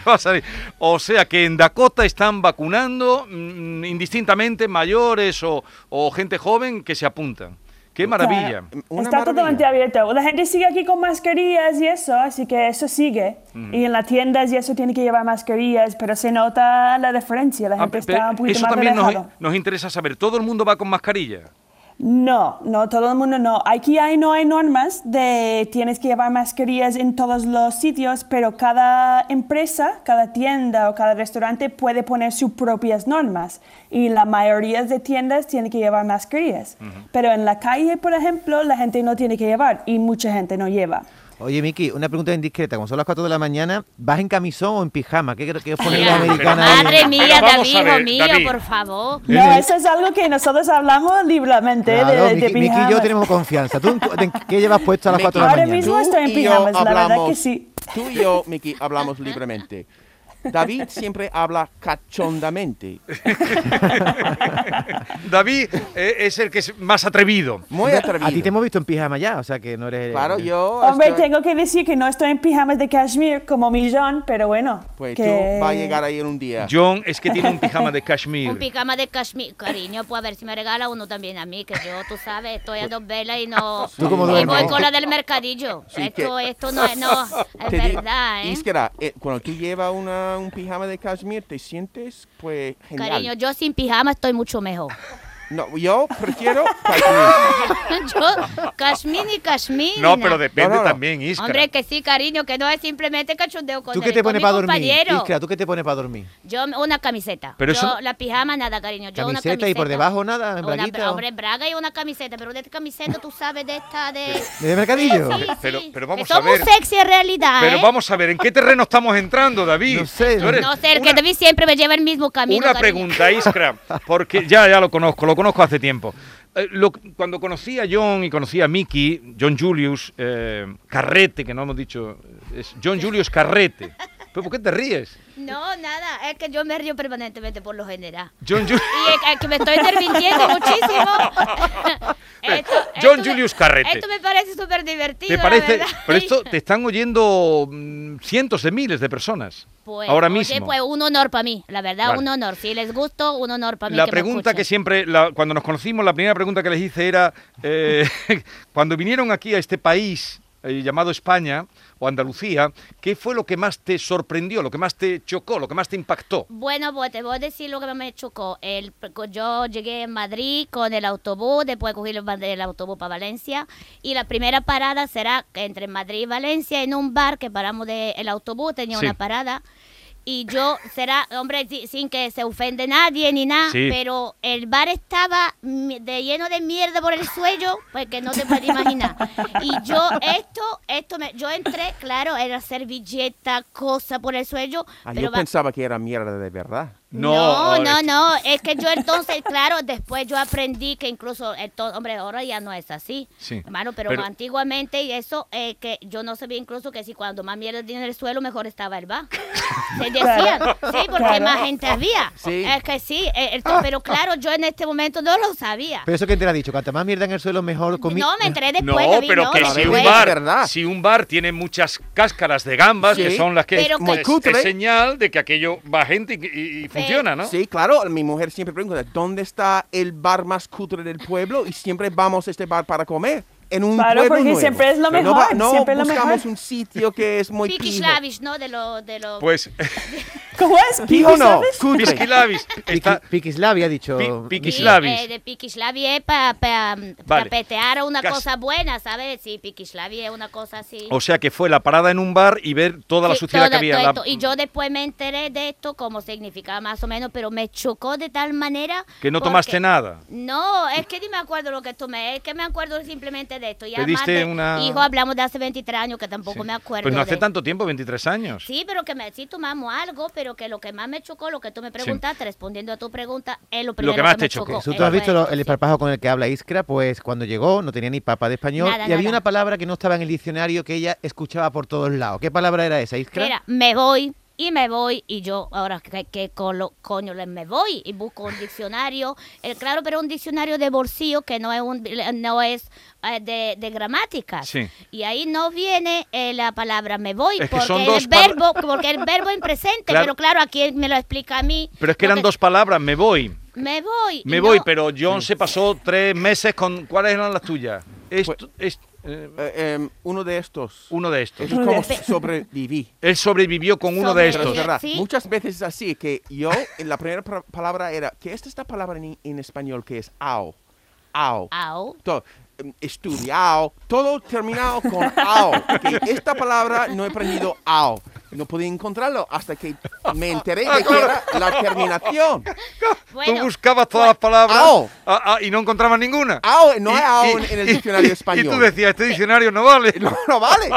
Speaker 2: Va a salir. O sea que en Dakota están vacunando mm, indistintamente mayores o, o gente joven que se apuntan. ¡Qué maravilla!
Speaker 5: Claro.
Speaker 3: Una
Speaker 5: Está totalmente
Speaker 3: maravilla.
Speaker 5: abierto. La gente sigue aquí con mascarillas y eso, así que eso sigue. Y en las tiendas y eso tiene que llevar mascarillas, pero se nota la diferencia. La
Speaker 2: Ah,
Speaker 5: gente
Speaker 2: pe- pe-
Speaker 5: está un poquito
Speaker 2: eso
Speaker 5: más
Speaker 2: también nos,
Speaker 5: relajado.
Speaker 2: nos interesa saber. ¿Todo el mundo va con mascarilla?
Speaker 5: No, no, todo el mundo no. Aquí hay, no hay normas de tienes que llevar mascarillas en todos los sitios, pero cada empresa, cada tienda o cada restaurante puede poner sus propias normas. Y la mayoría de tiendas tiene que llevar mascarillas. Pero en la calle, por ejemplo, la gente no tiene que llevar y mucha gente no lleva.
Speaker 4: Oye, Miki, una pregunta indiscreta. Como son las 4 de la mañana, ¿vas en camisón o en pijama? ¿Qué crees que os ponen
Speaker 6: Mira,
Speaker 4: los americanos ahí?
Speaker 6: Madre mía,
Speaker 2: Pero vamos
Speaker 6: David,
Speaker 2: a ver,
Speaker 6: hijo mío,
Speaker 2: David.
Speaker 6: por favor.
Speaker 5: No, eso es algo que nosotros hablamos libremente de-
Speaker 4: Claro,
Speaker 5: de,
Speaker 4: Miki, Miki y yo
Speaker 5: pijamas.
Speaker 4: tenemos confianza. ¿Tú en cu- en qué llevas puesto a las 4 de la
Speaker 5: Ahora
Speaker 4: mañana?
Speaker 5: mismo estoy en
Speaker 3: y yo
Speaker 5: pijamas, la verdad que sí.
Speaker 3: Tú y yo, Miki, hablamos libremente. David siempre habla cachondamente.
Speaker 2: David eh, es el que es más atrevido.
Speaker 3: Muy atrevido.
Speaker 4: A ti te hemos visto en pijama ya, o sea que no eres...
Speaker 3: Claro, yo.
Speaker 5: Hombre,
Speaker 3: estoy-
Speaker 5: tengo que decir que no estoy en pijamas de cashmere como millón, pero bueno.
Speaker 3: Pues
Speaker 5: que...
Speaker 3: tú vas a llegar ahí en un día.
Speaker 2: John es que tiene un pijama de
Speaker 6: Un
Speaker 2: cashmere.
Speaker 6: pijama de cashmere, cariño, pues a ver si me regala uno también a mí, que yo, tú sabes, estoy a dos velas y no...
Speaker 4: ¿Tú cómo
Speaker 6: y voy
Speaker 4: duermes?
Speaker 6: con la del mercadillo.
Speaker 3: Sí,
Speaker 6: esto,
Speaker 3: que-
Speaker 6: esto no es, no, es
Speaker 3: Te digo,
Speaker 6: verdad, ¿eh?
Speaker 3: Iskra, eh, cuando tú llevas una- un pijama de cashmere, te sientes, pues, genial.
Speaker 6: Cariño, yo sin pijama estoy mucho mejor.
Speaker 3: No, yo prefiero cashmere.
Speaker 6: yo, cashmere y cashmere.
Speaker 2: No, pero depende
Speaker 3: No, no, no.
Speaker 2: también, Isca.
Speaker 6: Hombre, que sí, cariño, que no es simplemente cachondeo con
Speaker 4: ¿Tú qué
Speaker 6: él,
Speaker 4: te
Speaker 6: con
Speaker 4: pones
Speaker 6: mi
Speaker 4: para dormir?
Speaker 6: compañero.
Speaker 4: Iskra, ¿tú qué te pones para dormir?
Speaker 6: Yo una camiseta.
Speaker 2: Pero
Speaker 6: yo
Speaker 2: eso no-
Speaker 6: la pijama nada, cariño. Yo una
Speaker 4: ¿Camiseta
Speaker 6: camiseta.
Speaker 4: y por debajo nada?
Speaker 6: Una
Speaker 4: ¿Braguita
Speaker 6: bra-
Speaker 4: o-
Speaker 6: hombre, braga y una camiseta, pero de camiseta tú sabes de esta de
Speaker 4: ¿De mercadillo?
Speaker 6: Sí, sí,
Speaker 2: Pero-
Speaker 6: sí.
Speaker 2: pero vamos
Speaker 6: que
Speaker 2: a
Speaker 6: somos
Speaker 2: ver.
Speaker 6: sexy en realidad,
Speaker 2: Pero
Speaker 6: ¿eh?
Speaker 2: vamos a ver, ¿en qué terreno estamos entrando, David?
Speaker 4: No sé,
Speaker 2: Tú eres
Speaker 6: No sé, el que
Speaker 2: una-
Speaker 6: David siempre me lleva el mismo camino.
Speaker 2: Una
Speaker 6: cariño.
Speaker 2: pregunta, Iskra, porque ya, ya lo conozco, lo conozco hace tiempo. Eh, lo- cuando conocí a John y conocí a Mickey, John Julius eh, Carrete, que no hemos dicho, eh, es John Julius Carrete. ¿Pero por qué te ríes?
Speaker 6: No, nada, es que yo me río permanentemente por lo general.
Speaker 2: John, Ju-
Speaker 6: Y es, es que me estoy interviniendo muchísimo.
Speaker 2: John
Speaker 6: me-
Speaker 2: Julius Carrete.
Speaker 6: Esto me parece súper divertido.
Speaker 2: ¿Te
Speaker 6: la
Speaker 2: parece?
Speaker 6: verdad.
Speaker 2: Pero esto te están oyendo mm, cientos de miles de personas
Speaker 6: Pues,
Speaker 2: ahora
Speaker 6: oye,
Speaker 2: mismo.
Speaker 6: pues un honor para mí, la verdad,
Speaker 2: Vale.
Speaker 6: un honor. Si les gusto, un honor para mí.
Speaker 2: La
Speaker 6: que me
Speaker 2: pregunta que
Speaker 6: escuchen.
Speaker 2: siempre, la- cuando nos conocimos, la primera pregunta que les hice era, eh, cuando vinieron aquí a este país eh, llamado España o Andalucía, ¿qué fue lo que más te sorprendió, lo que más te chocó, lo que más te impactó?
Speaker 6: Bueno, pues te voy a decir lo que me chocó. El, yo llegué en Madrid con el autobús, después cogí el, van- el autobús para Valencia y la primera parada será entre Madrid y Valencia en un bar que paramos del el autobús, tenía
Speaker 2: Sí.
Speaker 6: una parada. Y yo será, hombre, si- sin que se ofende nadie ni nada,
Speaker 2: Sí.
Speaker 6: pero el bar estaba mi- de lleno de mierda por el suelo, porque no te puedes imaginar. Y yo esto, esto me, yo entré, claro, era servilleta, cosa por el suelo,
Speaker 3: Ah,
Speaker 6: pero
Speaker 3: yo
Speaker 6: va-
Speaker 3: pensaba que era mierda de verdad.
Speaker 6: no, no,
Speaker 2: ahora-
Speaker 6: no, es que yo entonces, claro, después yo aprendí que incluso, ento- hombre, ahora ya no es así,
Speaker 2: Sí,
Speaker 6: hermano, pero,
Speaker 2: pero-
Speaker 6: antiguamente y eso, eh, que yo no sabía incluso que si cuando más mierda tenía en el suelo, mejor estaba el bar. Se decían,
Speaker 5: Claro,
Speaker 6: sí, porque
Speaker 5: claro.
Speaker 6: más gente había.
Speaker 3: Sí.
Speaker 6: Es que sí, eh, esto- pero claro, yo en este momento no lo sabía.
Speaker 4: Pero eso que te lo ha dicho, cuanta más mierda en el suelo, mejor comida.
Speaker 6: no, me entré
Speaker 2: No,
Speaker 6: después. David,
Speaker 2: pero
Speaker 6: no,
Speaker 2: que si
Speaker 6: después.
Speaker 2: un,
Speaker 3: es
Speaker 2: bar,
Speaker 3: verdad.
Speaker 2: si un bar tiene muchas cáscaras de gambas, que
Speaker 3: Sí,
Speaker 2: son las que
Speaker 6: pero
Speaker 2: es,
Speaker 6: que-
Speaker 3: cutre.
Speaker 2: es señal de que aquello va gente y, y- y funciona, ¿no?
Speaker 3: Sí, claro, mi mujer siempre pregunta, ¿dónde está el bar más cutre del pueblo? Y siempre vamos a este bar para comer. En un
Speaker 5: Claro,
Speaker 3: pueblo
Speaker 5: porque
Speaker 3: nuevo.
Speaker 5: siempre es lo
Speaker 3: Pero
Speaker 5: mejor,
Speaker 3: No, va- no
Speaker 5: siempre es lo
Speaker 3: buscamos
Speaker 5: mejor.
Speaker 3: un sitio que es muy
Speaker 6: Piqui
Speaker 3: pijo.
Speaker 6: Slavish, ¿no? De lo, de lo
Speaker 2: Pues
Speaker 5: ¿Cómo es?
Speaker 3: ¿Pijo no?
Speaker 5: ¿Sabes?
Speaker 3: Cutre.
Speaker 2: Pisquilavis. Está,
Speaker 4: Piqui- Piquislavi ha dicho.
Speaker 2: Pi-
Speaker 4: Miki.
Speaker 2: Piquislavi. Piquislavis.
Speaker 6: eh, de Piquislavi es para
Speaker 2: Vale.
Speaker 6: petear una
Speaker 2: Casi.
Speaker 6: cosa buena, ¿sabes? Sí, Piquislavi es una cosa así.
Speaker 2: o sea que fue la parada en un bar y ver toda la
Speaker 6: Sí,
Speaker 2: suciedad que
Speaker 6: todo-
Speaker 2: había.
Speaker 6: todo
Speaker 2: la-
Speaker 6: esto. Y yo después me enteré de esto, como significaba más o menos, pero me chocó de tal manera.
Speaker 2: Que no tomaste
Speaker 6: porque-
Speaker 2: nada.
Speaker 6: No, es que ni me acuerdo lo que tomé, es que me acuerdo simplemente de esto. Y además
Speaker 2: Pediste
Speaker 6: de-
Speaker 2: una-
Speaker 6: Hijo, hablamos de hace 23 años que tampoco me acuerdo.
Speaker 2: Pues no hace
Speaker 6: de-
Speaker 2: tanto tiempo, 23 años.
Speaker 6: Sí, pero que me, sí tomamos algo, pero que lo que más me chocó, lo que tú me preguntaste, respondiendo a tu pregunta, es lo primero
Speaker 2: que más
Speaker 6: me
Speaker 2: te chocó.
Speaker 4: Jesús, tú
Speaker 6: Eso
Speaker 4: has visto
Speaker 6: es,
Speaker 4: lo- el
Speaker 6: Oh, sí.
Speaker 4: esparpajo con el que habla Iskra, pues cuando llegó no tenía ni papa de español
Speaker 6: Nada,
Speaker 4: y había
Speaker 6: nada.
Speaker 4: una palabra que no estaba en el diccionario que ella escuchaba por todos lados. ¿Qué palabra era esa, Iskra?
Speaker 6: Mira, me voy y me voy y yo ahora qué, qué colo- coño le me voy y busco un diccionario, eh, claro, pero un diccionario de bolsillo que no es un no es eh, de, de gramática.
Speaker 2: Sí.
Speaker 6: Y ahí no viene eh, la palabra me voy
Speaker 2: Es que
Speaker 6: porque
Speaker 2: son
Speaker 6: el
Speaker 2: dos pal-
Speaker 6: verbo porque el verbo en presente,
Speaker 2: Claro.
Speaker 6: pero claro, aquí me lo explica a mí.
Speaker 2: Pero es que
Speaker 6: lo
Speaker 2: eran dos palabras, me voy.
Speaker 6: me voy.
Speaker 2: Me
Speaker 6: y
Speaker 2: voy,
Speaker 6: no-
Speaker 2: pero John se pasó tres meses con. ¿Cuáles eran las tuyas? Esto- es, eh,
Speaker 3: Eh, em, uno de estos.
Speaker 2: uno de estos.
Speaker 3: Eso es como sobreviví.
Speaker 2: Él sobrevivió con uno de
Speaker 3: Pero es
Speaker 2: estos.
Speaker 6: Sobrevivió.
Speaker 3: verdad,
Speaker 6: Sí.
Speaker 3: muchas veces es así que yo, en la primera pra- palabra era, ¿qué es esta palabra en, en español que es ao? Ao.
Speaker 6: Au.
Speaker 3: Todo, em, estudiao, todo terminado con ao. Que esta palabra no he aprendido ao. No podía encontrarlo hasta que me enteré de que era la terminación.
Speaker 6: Bueno,
Speaker 2: Tú buscabas todas las palabras
Speaker 3: Ao.
Speaker 2: ah, ah, y no encontrabas ninguna.
Speaker 3: Ao, no
Speaker 2: Y-
Speaker 3: hay ao
Speaker 2: y-
Speaker 3: en, en el
Speaker 2: y-
Speaker 3: diccionario
Speaker 2: y-
Speaker 3: español.
Speaker 2: Y tú decías, este diccionario no vale.
Speaker 3: no, no vale.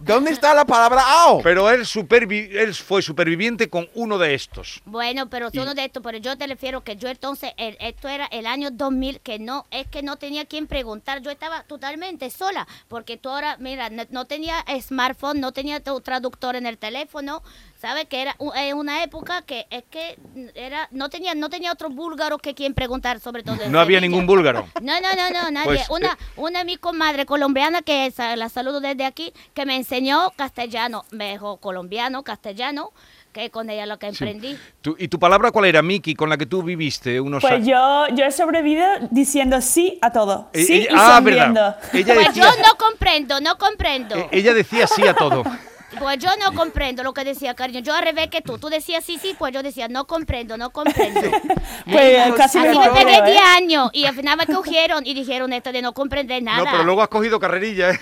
Speaker 3: ¿Dónde está la palabra ao?
Speaker 2: Pero él, supervi- él fue superviviente con uno de estos.
Speaker 6: Bueno, pero son uno de estos, pero yo te refiero que yo entonces, el- esto era el año 2000, que no, es que no tenía quien preguntar, yo estaba totalmente sola, porque tú ahora, mira, no, no tenía smartphone, no tenía tu traductor en el teléfono, ¿sabes? Que era u- eh, una época que es que mm, era, no tenía, no tenía otro búlgaro que quien preguntar sobre todo. en
Speaker 2: No había
Speaker 6: Sevilla.
Speaker 2: ningún búlgaro.
Speaker 6: No, no, no, no, nadie.
Speaker 2: Pues, eh.
Speaker 6: una, una de mis comadres colombiana, que sa- la saludo desde aquí, que me enseñó castellano, mejor colombiano, castellano, que con ella lo que
Speaker 2: Sí.
Speaker 6: emprendí.
Speaker 2: Tú- ¿Y tu palabra cuál era, Miki, con la que tú viviste unos
Speaker 5: Pues
Speaker 2: años?
Speaker 5: yo, yo he sobrevivido diciendo sí a todo.
Speaker 2: Eh,
Speaker 5: Sí
Speaker 2: ella-
Speaker 5: y
Speaker 2: ah,
Speaker 5: sonriendo.
Speaker 2: verdad. Ella
Speaker 6: Pues
Speaker 2: decía,
Speaker 6: yo no comprendo, no comprendo.
Speaker 2: eh, ella decía sí a todo.
Speaker 6: Pues yo no comprendo lo que decía, cariño. Yo al revés que tú. Tú decías sí, sí, pues yo decía no comprendo, no comprendo.
Speaker 5: Pues casi
Speaker 6: Así
Speaker 5: mejor.
Speaker 6: me pegué
Speaker 5: creo,
Speaker 6: 10
Speaker 5: ¿eh?
Speaker 6: años y al final me cogieron y dijeron esto de no comprender nada.
Speaker 2: No, pero luego has cogido carrerilla, ¿eh?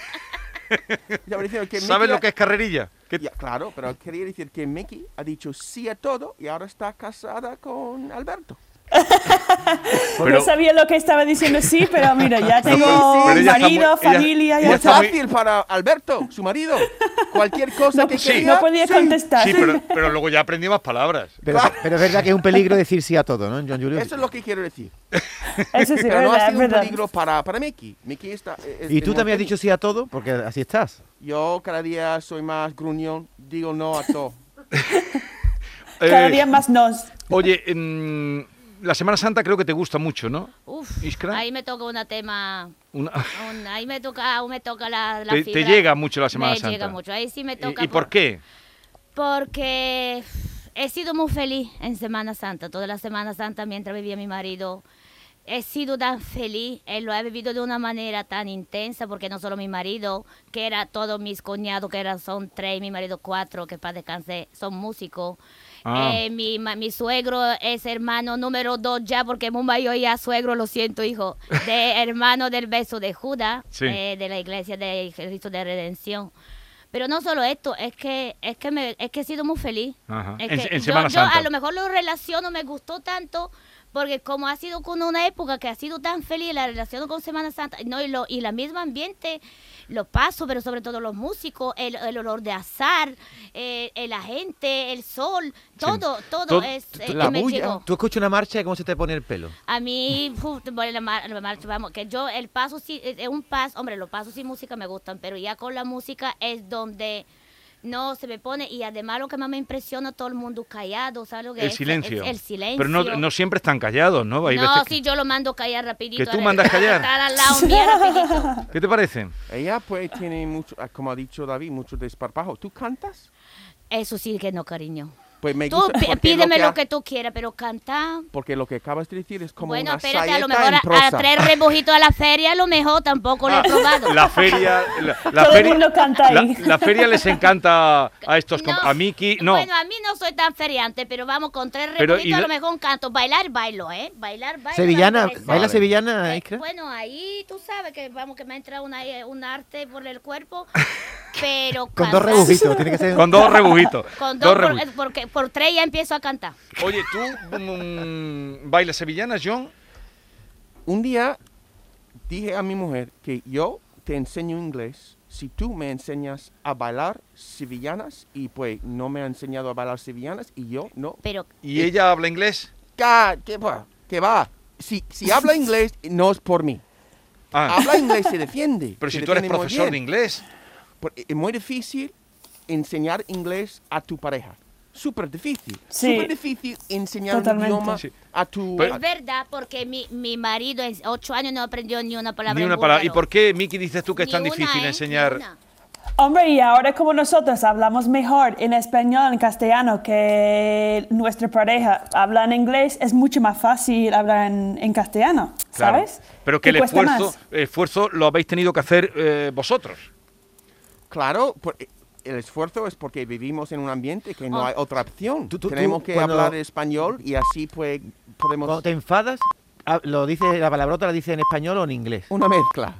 Speaker 3: Ya me dijeron que
Speaker 2: ¿Sabes
Speaker 3: Mickey-
Speaker 2: lo que es carrerilla? Que-
Speaker 3: Ya, claro, pero quería decir que Mickey ha dicho sí a todo y ahora está casada con Alberto.
Speaker 2: Pero-
Speaker 5: Pues no sabía lo que estaba diciendo sí, pero mira, ya tengo
Speaker 2: pero ella está
Speaker 5: marido,
Speaker 2: muy- ella-
Speaker 5: familia,
Speaker 2: ella
Speaker 5: ya
Speaker 3: Es
Speaker 2: está
Speaker 5: está.
Speaker 3: fácil para Alberto, su marido. Cualquier cosa que
Speaker 2: sí.
Speaker 3: quería.
Speaker 5: No podía
Speaker 3: sí.
Speaker 5: contestar.
Speaker 2: Sí, pero, pero luego ya aprendí más palabras.
Speaker 4: Pero, pero es verdad que es un peligro decir sí a todo, ¿no, John Julio?
Speaker 3: Eso es lo que quiero decir.
Speaker 5: Eso sí,
Speaker 3: Pero no ha
Speaker 5: verdad,
Speaker 3: sido un
Speaker 5: verdad.
Speaker 3: peligro para, para Mickey. Mickey está. eh, es-
Speaker 4: y
Speaker 3: es
Speaker 4: tú también has
Speaker 3: norteño.
Speaker 4: dicho sí a todo, porque así estás.
Speaker 3: Yo cada día soy más gruñón, digo no a todo.
Speaker 5: Cada
Speaker 2: Eh,
Speaker 5: día más nos.
Speaker 2: Oye, em, la Semana Santa creo que te gusta mucho, ¿no?
Speaker 6: Uf,
Speaker 2: Iskra.
Speaker 6: ahí me toca una tema.
Speaker 2: Una-
Speaker 6: un- ahí me toca, aún me toca la, la
Speaker 2: te, te
Speaker 6: fibra.
Speaker 2: llega mucho la Semana
Speaker 6: me
Speaker 2: Santa.
Speaker 6: llega mucho. Ahí sí me
Speaker 2: ¿Y-
Speaker 6: toca.
Speaker 2: ¿Y, por qué?
Speaker 6: Porque he sido muy feliz en Semana Santa, toda la Semana Santa mientras vivía mi marido. He sido tan feliz, él lo ha vivido de una manera tan intensa, porque no solo mi marido, que era todos mis cuñados, que eran, son tres, mi marido cuatro, que para descansar, son músicos.
Speaker 2: Ah.
Speaker 6: Eh, mi, ma- mi suegro es hermano número dos ya, porque es muy mayor ya, suegro, lo siento, hijo, de hermano del beso de Judas,
Speaker 2: Sí.
Speaker 6: eh, de la iglesia de Cristo de Redención. Pero no solo esto, es que es que me es que he sido muy feliz.
Speaker 2: Ajá.
Speaker 6: Es
Speaker 2: En-
Speaker 6: que
Speaker 2: en
Speaker 6: yo,
Speaker 2: Semana
Speaker 6: yo
Speaker 2: Santa.
Speaker 6: a lo mejor lo relaciono, me gustó tanto porque como ha sido con una época que ha sido tan feliz la relación con Semana Santa, no y lo y la misma ambiente, los pasos, pero sobre todo los músicos, el, el olor de azar, eh, eh, la gente, el sol, todo todo
Speaker 2: Todo-
Speaker 6: es eh,
Speaker 3: la
Speaker 6: me
Speaker 3: bulla.
Speaker 6: llegó.
Speaker 4: Tú escuchas una marcha y cómo se te pone el pelo.
Speaker 6: A mí, fu- bueno, la mar- la marcha, vamos, que yo el paso sí, es es un paso, hombre, los pasos sin música me gustan, pero ya con la música es donde no se me pone, y además lo que más me impresiona, todo el mundo callado, ¿sabes lo que
Speaker 2: El
Speaker 6: es?
Speaker 2: silencio.
Speaker 6: Es el silencio.
Speaker 2: Pero no, no siempre están callados, ¿no? Hay
Speaker 6: No,
Speaker 2: veces que-
Speaker 6: sí, yo lo mando callar rapidito.
Speaker 2: que tú
Speaker 6: a-
Speaker 2: mandas callar.
Speaker 6: Estar al lado mío rapidito.
Speaker 2: ¿Qué te parece?
Speaker 3: Ella pues tiene mucho, ah, como ha dicho David, mucho desparpajo. ¿Tú cantas?
Speaker 6: Eso sí que no, cariño.
Speaker 3: Pues me
Speaker 6: Tú
Speaker 3: gusta.
Speaker 6: pi-
Speaker 3: porque
Speaker 6: pídeme lo que,
Speaker 3: ha-
Speaker 6: tú quieras, pero canta.
Speaker 3: Porque lo que acabas de decir es como
Speaker 6: bueno,
Speaker 3: una
Speaker 6: espérate, a
Speaker 3: saeta
Speaker 6: lo mejor
Speaker 3: en
Speaker 6: a, a
Speaker 3: prosa.
Speaker 6: tres rebujitos a la feria, a lo mejor tampoco lo he probado.
Speaker 2: Ah. La feria, la, la
Speaker 5: Todo el
Speaker 2: feria,
Speaker 5: mundo canta
Speaker 2: la,
Speaker 5: ahí.
Speaker 2: la feria les encanta a estos, comp-
Speaker 6: No.
Speaker 2: a Miki, no.
Speaker 6: Bueno, a mí no soy tan feriante, pero vamos con tres
Speaker 2: Pero,
Speaker 6: rebujitos,
Speaker 2: ¿y
Speaker 6: a
Speaker 2: de-
Speaker 6: lo mejor un canto. Bailar, bailo, ¿eh? Bailar, bailo.
Speaker 4: Sevillana,
Speaker 6: interesante.
Speaker 4: baila
Speaker 3: Vale.
Speaker 4: sevillana,
Speaker 6: Eh,
Speaker 4: Iskra.
Speaker 6: bueno, ahí tú sabes que vamos que me ha entrado una, eh, un arte por el cuerpo, pero
Speaker 4: Con dos
Speaker 6: cantar-
Speaker 4: rebujitos, tiene que ser.
Speaker 2: Con dos rebujitos.
Speaker 6: Con
Speaker 2: dos
Speaker 6: dos, por-
Speaker 2: rebujitos.
Speaker 6: porque por tres ya empiezo a cantar.
Speaker 2: Oye, ¿tú mm, bailas sevillanas, John?
Speaker 3: Un día dije a mi mujer que yo te enseño inglés si tú me enseñas a bailar sevillanas y pues no me ha enseñado a bailar sevillanas y yo no.
Speaker 6: Pero
Speaker 3: Eh.
Speaker 2: ¿Y ella habla inglés?
Speaker 3: Ca- ¿Qué va? ¿Qué va? Si, si habla inglés, no es por mí.
Speaker 2: Ah,
Speaker 3: Habla inglés, se defiende.
Speaker 2: pero
Speaker 3: se
Speaker 2: si tú eres
Speaker 3: defiende muy
Speaker 2: profesor de
Speaker 3: bien.
Speaker 2: inglés.
Speaker 3: Por- Es muy difícil enseñar inglés a tu pareja. Súper difícil.
Speaker 5: Sí.
Speaker 3: Súper difícil enseñar
Speaker 5: Totalmente.
Speaker 3: un idioma
Speaker 2: Sí.
Speaker 3: a tu...
Speaker 2: Pero-
Speaker 6: es verdad, porque mi, mi marido en ocho años no aprendió ni una palabra.
Speaker 2: Ni
Speaker 6: en
Speaker 2: una palabra. ¿Y
Speaker 6: búlgaro.
Speaker 2: por qué, Miki, dices tú que es
Speaker 6: Ni
Speaker 2: tan
Speaker 6: una,
Speaker 2: difícil
Speaker 6: ¿eh? Ni
Speaker 2: enseñar?
Speaker 6: una.
Speaker 5: Hombre, y ahora como nosotros hablamos mejor en español, en castellano, que nuestra pareja habla en inglés, es mucho más fácil hablar en, en castellano,
Speaker 2: Claro.
Speaker 5: ¿sabes?
Speaker 2: Pero que
Speaker 5: Y
Speaker 2: el
Speaker 5: cuesta más.
Speaker 2: esfuerzo, esfuerzo lo habéis tenido que hacer eh, vosotros.
Speaker 3: Claro, por- eh, el esfuerzo es porque vivimos en un ambiente que no
Speaker 6: Ah.
Speaker 3: hay otra opción.
Speaker 4: Tú- tú-
Speaker 3: Tenemos
Speaker 4: tú,
Speaker 3: que
Speaker 4: cuando-
Speaker 3: hablar español y así pues
Speaker 4: Cuando
Speaker 3: podemos...
Speaker 4: te enfadas, ah, lo dice, la palabrota la dice en español o en inglés.
Speaker 3: Una mezcla.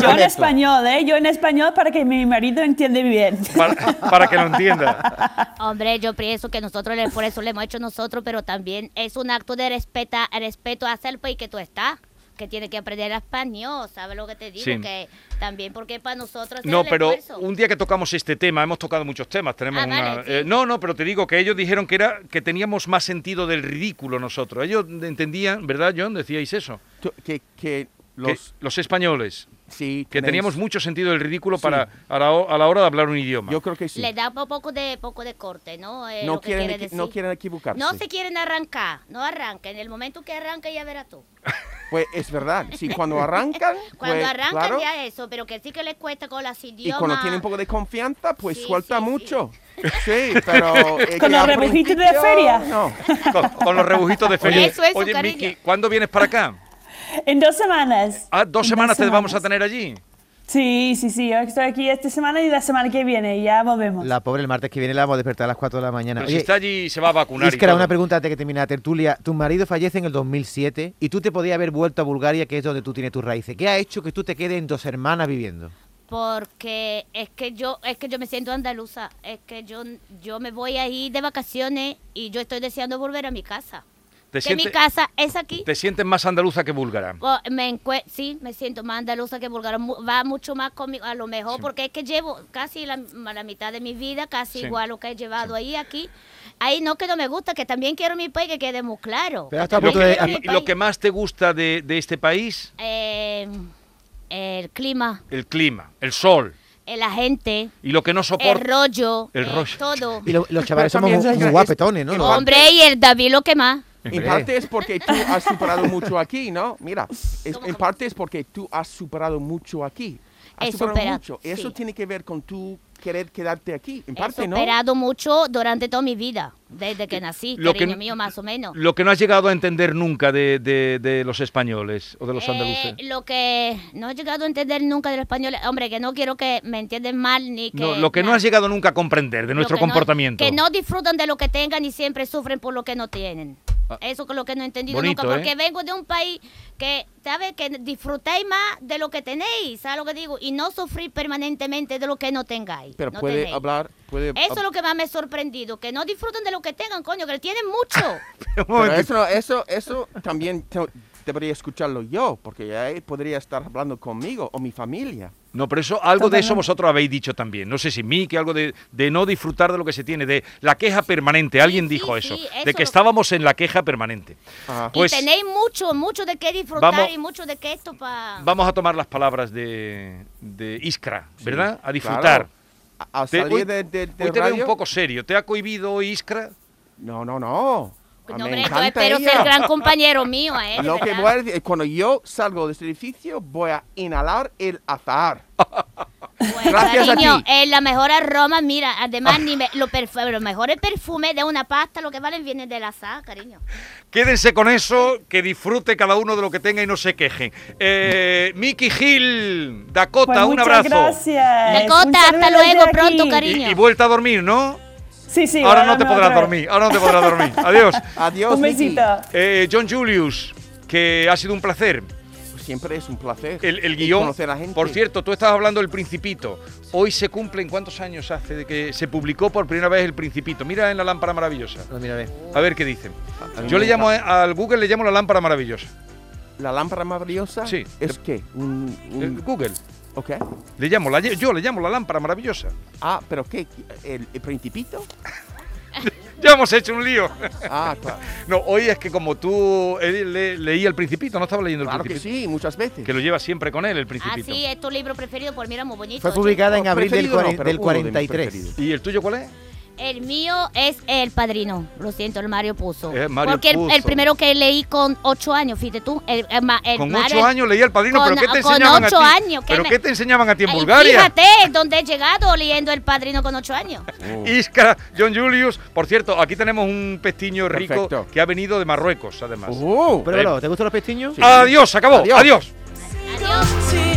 Speaker 5: Yo en español, ¿eh? Yo en español para que mi marido entiende bien.
Speaker 2: Para, para que lo entienda.
Speaker 6: Hombre, yo pienso que nosotros el esfuerzo lo hemos hecho nosotros, pero también es un acto de respeta, respeto hacia el país que tú estás, que tiene que aprender español, ¿sabes lo que te digo?
Speaker 2: Sí.
Speaker 6: Que también porque para nosotros es
Speaker 2: No,
Speaker 6: el
Speaker 2: pero
Speaker 6: esfuerzo.
Speaker 2: un día que tocamos este tema, hemos tocado muchos temas, tenemos
Speaker 6: Ah, vale,
Speaker 2: una-
Speaker 6: sí.
Speaker 2: eh, no, no, pero te digo que ellos dijeron que era que teníamos más sentido del ridículo nosotros. Ellos entendían, ¿verdad, John? Decíais eso.
Speaker 3: Tú- que, que
Speaker 2: que
Speaker 3: los...
Speaker 2: los españoles,
Speaker 3: sí,
Speaker 2: que
Speaker 3: tenéis-
Speaker 2: teníamos mucho sentido del ridículo para a la, ho- a la hora de hablar un idioma.
Speaker 3: Yo creo que sí.
Speaker 6: Le da po- poco de, poco de corte, ¿no? Eh,
Speaker 3: No
Speaker 6: lo que
Speaker 3: quieren,
Speaker 6: quiere
Speaker 3: equi- no
Speaker 6: decir.
Speaker 3: quieren equivocarse.
Speaker 6: No se quieren arrancar, no arranca. En el momento que arranca ya verás tú.
Speaker 3: Pues es verdad. Sí, cuando arrancan...
Speaker 6: Cuando
Speaker 3: pues,
Speaker 6: arrancan
Speaker 3: claro,
Speaker 6: ya eso, pero que sí que les cuesta con las
Speaker 3: Y
Speaker 6: idiomas.
Speaker 3: cuando tiene un poco de confianza, pues
Speaker 6: Sí,
Speaker 3: suelta
Speaker 6: sí, sí.
Speaker 3: mucho. Sí, pero... eh,
Speaker 5: Con
Speaker 3: que
Speaker 5: los
Speaker 3: al
Speaker 5: rebujitos de
Speaker 3: principio,
Speaker 5: feria.
Speaker 3: No.
Speaker 2: Con, con los rebujitos de Felipe.
Speaker 6: Eso, eso,
Speaker 2: Oye,
Speaker 6: cariño.
Speaker 2: Miki, ¿cuándo vienes para acá?
Speaker 5: En dos semanas.
Speaker 2: Ah, dos
Speaker 5: En
Speaker 2: semanas te vamos a
Speaker 5: semanas.
Speaker 2: tener allí.
Speaker 5: Sí, sí, sí. Yo estoy aquí esta semana y la semana que viene ya volvemos.
Speaker 4: La pobre el martes que viene la vamos a despertar a las 4 de la mañana.
Speaker 2: Pero si
Speaker 4: Oye,
Speaker 2: está allí y se va a vacunar. y
Speaker 4: Iskra,
Speaker 2: todo.
Speaker 4: una pregunta antes que termine la tertulia. Tu marido fallece en el 2007 y tú te podías haber vuelto a Bulgaria, que es donde tú tienes tus raíces. ¿Qué ha hecho que tú te quedes en dos hermanas viviendo?
Speaker 6: porque es que yo es que yo me siento andaluza es que yo yo me voy ahí de vacaciones y yo estoy deseando volver a mi casa
Speaker 2: ¿Te,
Speaker 6: que mi
Speaker 2: sientes-
Speaker 6: casa es aquí
Speaker 2: te sientes más andaluza que búlgara.
Speaker 6: Bo- me encue- sí me siento más andaluza que búlgara mu- va mucho más conmigo a lo mejor porque es que llevo casi la, la mitad de mi vida casi
Speaker 2: Sí.
Speaker 6: igual lo que he llevado ahí aquí ahí no que no me gusta que también quiero mi país que quede muy claro
Speaker 4: Pero hasta a
Speaker 2: Lo
Speaker 4: punto de-
Speaker 2: que,
Speaker 4: a-
Speaker 2: y- y lo que más te gusta de, de este país,
Speaker 6: Eh, el clima
Speaker 2: el clima, el sol.
Speaker 6: eh, la gente
Speaker 2: Y lo que no
Speaker 6: el
Speaker 2: soporta.
Speaker 6: rollo,
Speaker 2: El
Speaker 6: eh,
Speaker 2: rollo.
Speaker 6: todo
Speaker 4: Y lo- los chavales
Speaker 3: Pero
Speaker 4: somos
Speaker 3: también
Speaker 4: muy,
Speaker 3: es-
Speaker 4: muy
Speaker 3: es-
Speaker 4: guapetones, ¿no?
Speaker 3: es-
Speaker 4: Los-
Speaker 6: hombre y el David lo que más
Speaker 3: En
Speaker 4: Hombre.
Speaker 3: parte es porque tú has superado mucho aquí, ¿no? Mira, es-
Speaker 6: ¿Cómo,
Speaker 3: en
Speaker 6: cómo?
Speaker 3: parte es porque tú has superado mucho aquí. Has
Speaker 6: He
Speaker 3: superado
Speaker 6: supera-
Speaker 3: mucho. Eso
Speaker 6: sí.
Speaker 3: tiene que ver con tú querer quedarte aquí. En
Speaker 6: He
Speaker 3: parte, ¿no?
Speaker 6: superado mucho durante toda mi vida, desde que nací,
Speaker 2: Lo que
Speaker 6: cariño
Speaker 2: n-
Speaker 6: mío, más o menos.
Speaker 2: Lo que no has llegado a entender nunca de, de- de los españoles o de los
Speaker 6: Eh,
Speaker 2: andaluces.
Speaker 6: lo que no he llegado a entender nunca del español, hombre, que no quiero que me entiendan mal ni que...
Speaker 2: No, lo que no
Speaker 6: nada.
Speaker 2: has llegado nunca a comprender de
Speaker 6: Lo
Speaker 2: nuestro
Speaker 6: que no-
Speaker 2: comportamiento.
Speaker 6: que no disfrutan de lo que tengan y siempre sufren por lo que no tienen. Eso es lo que no he entendido
Speaker 2: Ah. Bonito,
Speaker 6: nunca, porque
Speaker 2: ¿eh?
Speaker 6: vengo de un país que, ¿sabes? Que disfrutáis más de lo que tenéis, ¿sabes lo que digo? Y no sufrir permanentemente de lo que no tengáis.
Speaker 3: Pero
Speaker 6: no
Speaker 3: puede
Speaker 6: tenéis.
Speaker 3: hablar, puede...
Speaker 6: Eso es
Speaker 3: hab-
Speaker 6: lo que más me ha sorprendido, que no disfrutan de lo que tengan, coño, que tienen mucho.
Speaker 2: Un
Speaker 3: pero
Speaker 2: momentito.
Speaker 3: eso, no- eso, eso también te- debería escucharlo yo, porque ahí podría estar hablando conmigo o mi familia.
Speaker 2: No, pero eso, algo de eso
Speaker 5: Totalmente.
Speaker 2: vosotros habéis dicho también. No sé si mí, que algo de, de no disfrutar de lo que se tiene, de la queja permanente. Alguien
Speaker 6: sí,
Speaker 2: dijo
Speaker 6: sí,
Speaker 2: eso,
Speaker 6: eso
Speaker 2: de
Speaker 6: lo
Speaker 2: que
Speaker 6: que-
Speaker 2: estábamos en la queja permanente.
Speaker 3: Ah.
Speaker 2: Pues
Speaker 6: y tenéis mucho, mucho de qué disfrutar
Speaker 2: vamos-
Speaker 6: y mucho de qué esto para...
Speaker 2: vamos a tomar las palabras de, de Iskra, ¿verdad? a
Speaker 3: claro.
Speaker 2: disfrutar.
Speaker 3: A- Al
Speaker 2: Te-
Speaker 3: salir
Speaker 2: hoy,
Speaker 3: de, de, de
Speaker 2: hoy te veo
Speaker 3: radio-
Speaker 2: un poco serio. ¿Te ha cohibido hoy Iskra?
Speaker 3: No, no, no. Ah,
Speaker 6: Pues No,
Speaker 3: me
Speaker 6: hombre, yo
Speaker 3: encanta
Speaker 6: espero
Speaker 3: ella.
Speaker 6: ser gran compañero mío, ¿eh? de
Speaker 3: Lo que
Speaker 6: verdad.
Speaker 3: voy a decir, es cuando yo salgo de este edificio, voy a inhalar el azar.
Speaker 6: Bueno,
Speaker 3: Gracias a ti.
Speaker 6: Cariño, eh, la mejor aroma, mira, además ni me- lo perfu- los mejores perfumes de una pasta, lo que valen vienen de la SA, cariño.
Speaker 2: Quédense con eso, que disfrute cada uno de lo que tenga y no se quejen. Eh, Mickey Hill, Dakota,
Speaker 5: Pues
Speaker 2: un
Speaker 5: muchas
Speaker 2: abrazo.
Speaker 5: Gracias.
Speaker 6: Dakota,
Speaker 5: Un
Speaker 6: hasta
Speaker 5: saludo
Speaker 6: luego,
Speaker 5: desde
Speaker 6: pronto,
Speaker 5: aquí.
Speaker 2: Y,
Speaker 6: cariño.
Speaker 2: y vuelta a dormir, ¿no?
Speaker 5: Sí, sí.
Speaker 2: ahora no te
Speaker 5: me
Speaker 2: podrás
Speaker 5: otra vez.
Speaker 2: dormir, ahora no te podrás dormir. Adiós.
Speaker 3: Adiós,
Speaker 5: Un
Speaker 3: Miki.
Speaker 5: besito.
Speaker 2: Eh, John Julius, que ha sido un placer.
Speaker 3: Siempre es un placer.
Speaker 2: El, el
Speaker 3: y
Speaker 2: guión.
Speaker 3: Conocer a gente.
Speaker 2: Por cierto, tú estabas hablando del Principito. Hoy se cumplen cuántos años hace de que se publicó por primera vez el Principito. Mira en la lámpara maravillosa.
Speaker 4: Lo miraré.
Speaker 2: A ver qué dicen.
Speaker 3: A mí
Speaker 2: Yo
Speaker 3: me
Speaker 2: le llamo
Speaker 3: encanta.
Speaker 2: a- al Google le llamo la lámpara maravillosa.
Speaker 3: La lámpara maravillosa.
Speaker 2: Sí.
Speaker 3: ¿Es qué? Un, un-
Speaker 2: El Eh, Google.
Speaker 3: ¿Ok?
Speaker 2: Le llamo la, yo le llamo la lámpara maravillosa.
Speaker 3: Ah, ¿pero qué? ¿El, el principito?
Speaker 2: Ya hemos hecho un lío.
Speaker 3: Ah, claro.
Speaker 2: No, hoy es que como tú eh, le- leí el Principito, no estaba leyendo el
Speaker 3: Claro que
Speaker 2: Principito.
Speaker 3: sí, muchas veces.
Speaker 2: Que lo lleva siempre con él, el
Speaker 6: Ah,
Speaker 2: Principito.
Speaker 6: sí, es tu libro preferido, pues mira, muy bonito.
Speaker 4: Fue publicada en
Speaker 3: No,
Speaker 4: abril del,
Speaker 3: preferido no,
Speaker 4: cuaren-
Speaker 3: pero
Speaker 4: del
Speaker 3: uno de mis
Speaker 4: 43.
Speaker 3: preferidos.
Speaker 2: ¿Y el tuyo cuál es?
Speaker 6: El mío es El Padrino. Lo siento, el Mario Puzo.
Speaker 2: Eh, Mario
Speaker 6: Porque el,
Speaker 2: Puzo.
Speaker 6: el primero que leí con ocho años, fíjate tú. El, el ma- el
Speaker 2: con
Speaker 6: Mario-
Speaker 2: ocho años leía el padrino,
Speaker 6: con-
Speaker 2: pero ¿qué te
Speaker 6: con
Speaker 2: enseñaban
Speaker 6: ocho
Speaker 2: a ti?
Speaker 6: años, que
Speaker 2: ¿Pero
Speaker 6: me-
Speaker 2: qué te enseñaban a ti en
Speaker 6: Ay,
Speaker 2: Bulgaria?
Speaker 6: Fíjate dónde he llegado leyendo El Padrino con ocho años.
Speaker 2: Isca, John Julius. Por cierto, aquí tenemos un pestiño rico
Speaker 3: Perfecto.
Speaker 2: que ha venido de Marruecos, además.
Speaker 3: Oh,
Speaker 4: Pruébalo, ¿te gustan los pestiños?
Speaker 2: Adiós, acabó.
Speaker 3: Adiós.
Speaker 2: Adiós.
Speaker 6: Adiós.
Speaker 7: to